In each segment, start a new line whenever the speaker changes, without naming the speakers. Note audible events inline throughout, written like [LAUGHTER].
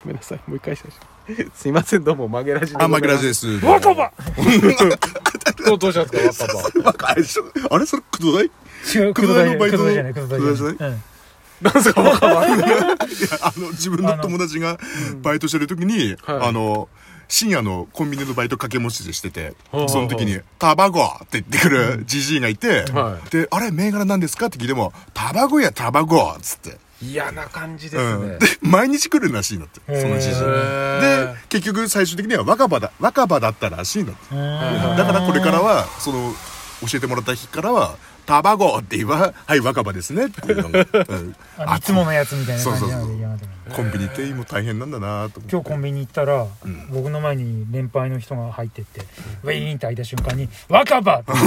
ごめんなさい、もう一回しましょうす [LAUGHS] いません、どうも、マゲラジでござ
あ、
います
マグラジです。
ワカ [LAUGHS] バどうどうしたんですか、ワカ
バカあれしょあれそれ、くど
[LAUGHS]
ない
違う、
く
[LAUGHS] く
ど
ど
だい
だい
のバイト
じゃない、くどだいじゃない。
く
う
バ。
ん
[LAUGHS] なんすか、ワカバ。
いや [LAUGHS] あの、自分の友達がバイトしてる時に、
はい
あの、深夜のコンビニのバイト掛け持ちでしてて、
はい
その時に、タバコって言ってくるじじいがいて、
はい
で、あれ、銘柄なんですかって聞いても、タバコやタバコっつって、
嫌な感じで
う
す
ん。
ね
で。、毎日来るらしいんだって、そのじじい。で
で、、
結局最終的には若葉だ、若葉だったらしいんだって。
うん
だからこれからは、その、教えてもらった日からは、タバコって言えば、はい、若葉ですねっていうのが、うん
あのいつものやつみたいな
そう
感
そ
じ
う
な
そ
ので
う
嫌なんだけど
コンビニって今大変なんだなと思って
今日コンビニ行ったら、僕の前に年配の人が入ってって、ウィーンって開いた瞬間に「若葉!」って
[LAUGHS]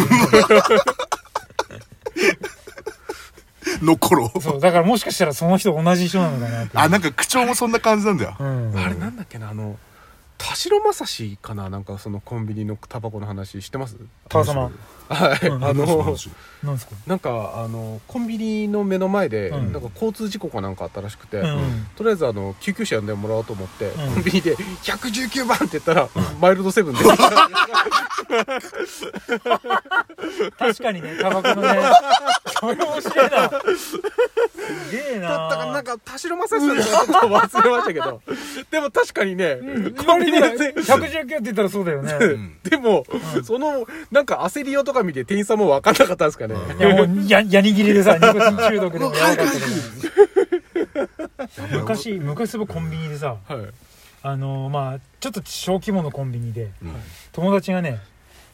の頃
そうだからもしかしたらその人同じ人なのかなって
あなんか口調もそんな感じなんだよ
うん
あれなんだっけな、あの、田代正史かななんかそのコンビニのタバコの話してます
タワ様
はい、
うん
あの、
なんですか
なんかあのコンビニの目の前で、
うん
なんか交通事故かなんかあったらしくて、
うん
とりあえずあの救急車呼んでもらおうと思って、
うん
コンビニで「119番!」って言ったら、マイルドセブンで
確かにねタバコ
[LAUGHS]
のねそれ面白いなすげえな
だったかなんか田代正史さんだったかちょっと忘れましたけど [LAUGHS] でも確かにね、コンビニで
で119って言ったらそうだよね
ん
でも、そのなんか焦りよとか見て店員さんも分かんなかったんですかね、
いやもうややにぎりでさニコチン中毒でもやばかったけど
昔
昔昔そういえばコンビニでさ
はい
あのまあちょっと小規模のコンビニで
うん
友達がね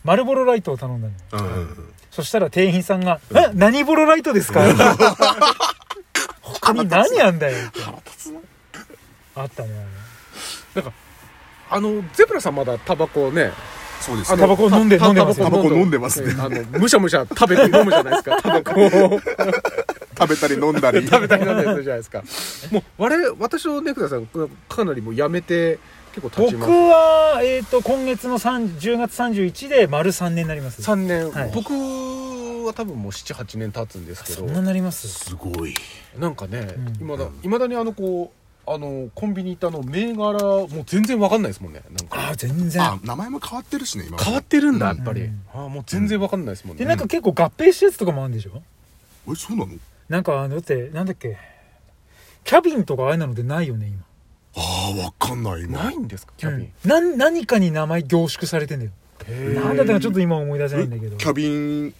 丸ボロライトを頼んだのよ
うん
そしたら店員さんが「え何ボロライトですか?」 [LAUGHS] 他に何あんだよってあったね
あのゼブラさんまだタバコをね
そうです
あ
ね
の
タバコ飲んで
た
飲んでますよ
タバコ飲んでますね
あのむしゃむしゃ食べて飲むじゃないですかタバ
[LAUGHS]
コを
食べたり飲んだり
食べたりなんだりするじゃないですかもう我々私とネクタさんかなりもうやめて結構経ちま
僕
す
は、えっと今月の3 10月31で丸3年になります
3年、
はい
僕は多分もう78年経つんですけ
そ
ど
んなになります
すごい
なんかねい
うん
ま、未だ未だにあのこうあのコンビニ行ったあの銘柄もう全然わかんないですもんねなん
あ
か
あ全然
あ名前も変わってるしね今
変わってるんだや
う
っ
ん
ぱり、
うん
ああもう全然わかんないですもんね
でなんか結構合併施設とかもあるんでしょ
えそうなの
なんかあのだってなんだっけキャビンとかああいうのでないよね今
ああわかんない今
ないんですかキャビン、
うんなん何かに名前凝縮されてんだよ
へー
なんだったかちょっと今思い出せないんだけど
キャビン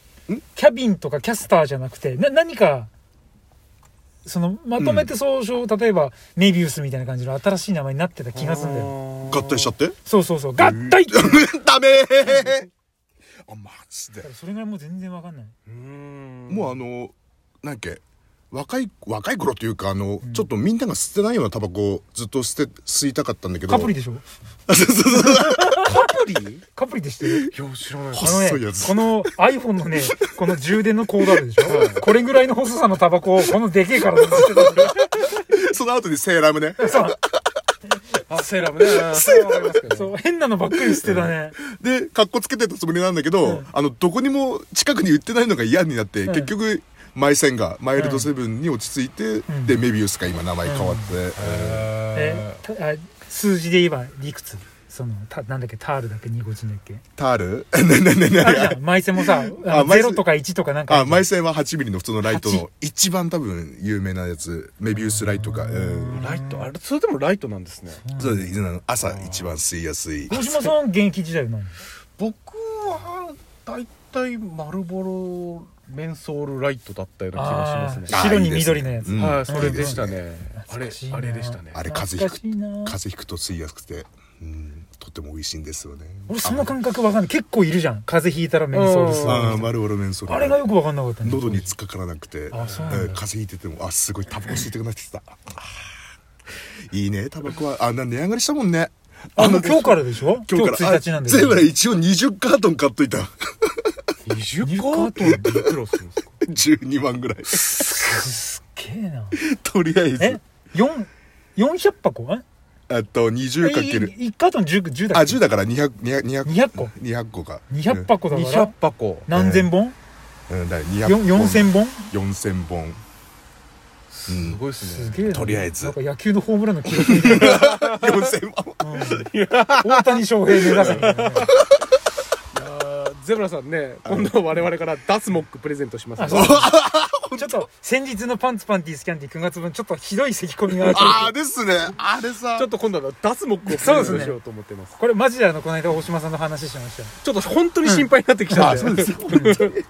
キャビンとかキャスターじゃなくてな何かそのまとめて総称、例えばメビウスみたいな感じの新しい名前になってた気がするんだよ
あー
合体しちゃって
そうそうそう合体 [LAUGHS]
ダメー [LAUGHS] あマジで
それぐらいもう全然わかんない、
うーん
もうあのなんだっけ若い若い頃というかあのちょっとみんなが吸ってないようなタバコをずっと吸って吸いたかったんだけど
カプリでしょ
[LAUGHS] そうそうそう
アプリ
カプリでしてる
いや知らない
あのね
細いやつ
この iPhone のねこの充電のコードあるでしょこれぐらいの細さのタバコをこのでけえから
[LAUGHS] その後にセーラム
[LAUGHS]
ね
あセーラムねセーラムですけど
そう変なのばっかり捨てたね
で、格好つけてたつもりなんだけど、あの、どこにも近くに売ってないのが嫌になって、
ん
結局、マイセンがマイルドセブンに落ち着いて、
ん
で、メビウスが今名前変わって、
えたあ数字で言えばいくつそのたなんだっけタールだっけニコチンだっけ
タール [LAUGHS] ねねねね
あれじ
[LAUGHS]
ゃん、マイセもさ、
あ
あの
マイ
ゼ
セ
ロとか1とかなんか
あ、マイ
セ。
センは8ミリの普通のライトの一番多分有名なやつ、メビウスライトが、うん。
ライトあれそれでもライトなんですね
そうですね朝一番吸いやすい。
大島さん、現役時代は何
僕は大体丸ボロメンソールライトだったような気がしますね
あー
白に緑のやつ。
いいですねうん
はいそれでしたねあ
懐
れ
かしいな
あれでしたね
あれ風
懐
邪
か
ひ
しいな
く、風邪ひくと吸いやすくて、うん、とても美味しいんですよね。
俺その感覚わかんない。結構いるじゃん。風邪ひいたらメンソールする
ああ、
や
丸々メンソー
つ。
ル。
あれがよくわかんなかったね
喉に突っかからなくて、え
あそうなんだ
ー風邪ひいてても、あ、すごい、タバコ吸いたくなってきた。 [LAUGHS] あーいいね、タバコは。あ、な値上がりしたもんね。
あの、今日からでしょ今日1日なんで
あ全部ね一応20カートン買っといた。 [LAUGHS]
20カートンっていくらするんですか
12万ぐらい。
すっげえな。
とりあえず
え。4、400箱え
えっと、20かける。
1カートン10、10
あ、
だっけ
10だから200、200、200
200個。
200個か。
200箱だから
200、箱
何千本
うん、うんだから200 [LAUGHS]
?4000 本
4000本。
すごいです
す
ね
げえな
とりあえず
なんか野球のホームランの記録みたいな
4000万
大谷翔平目指せみたい
い
なね
やーゼブラさんね今度我々からダスモックプレゼントします
あそうちょっと先日のパンツパンティースキャンディ9月分ちょっとひどい咳込みがあって
ああですねあれさ
ちょっと今度はダスモックをプレゼントしようと思ってます
これマジであのこの間大島さんの話してましたよ
ちょっと本当に心配になってきちゃって、
うんあそうです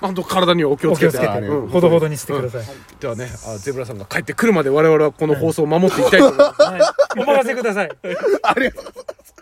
あと体にはお気を
お
つ
気
け
を
て
つけて
うん
ほどほどにしてください、
ではねあゼブラさんが帰ってくるまで我々はこの放送を守っていきたいと思います、
はい、お任せください
ありがとうございます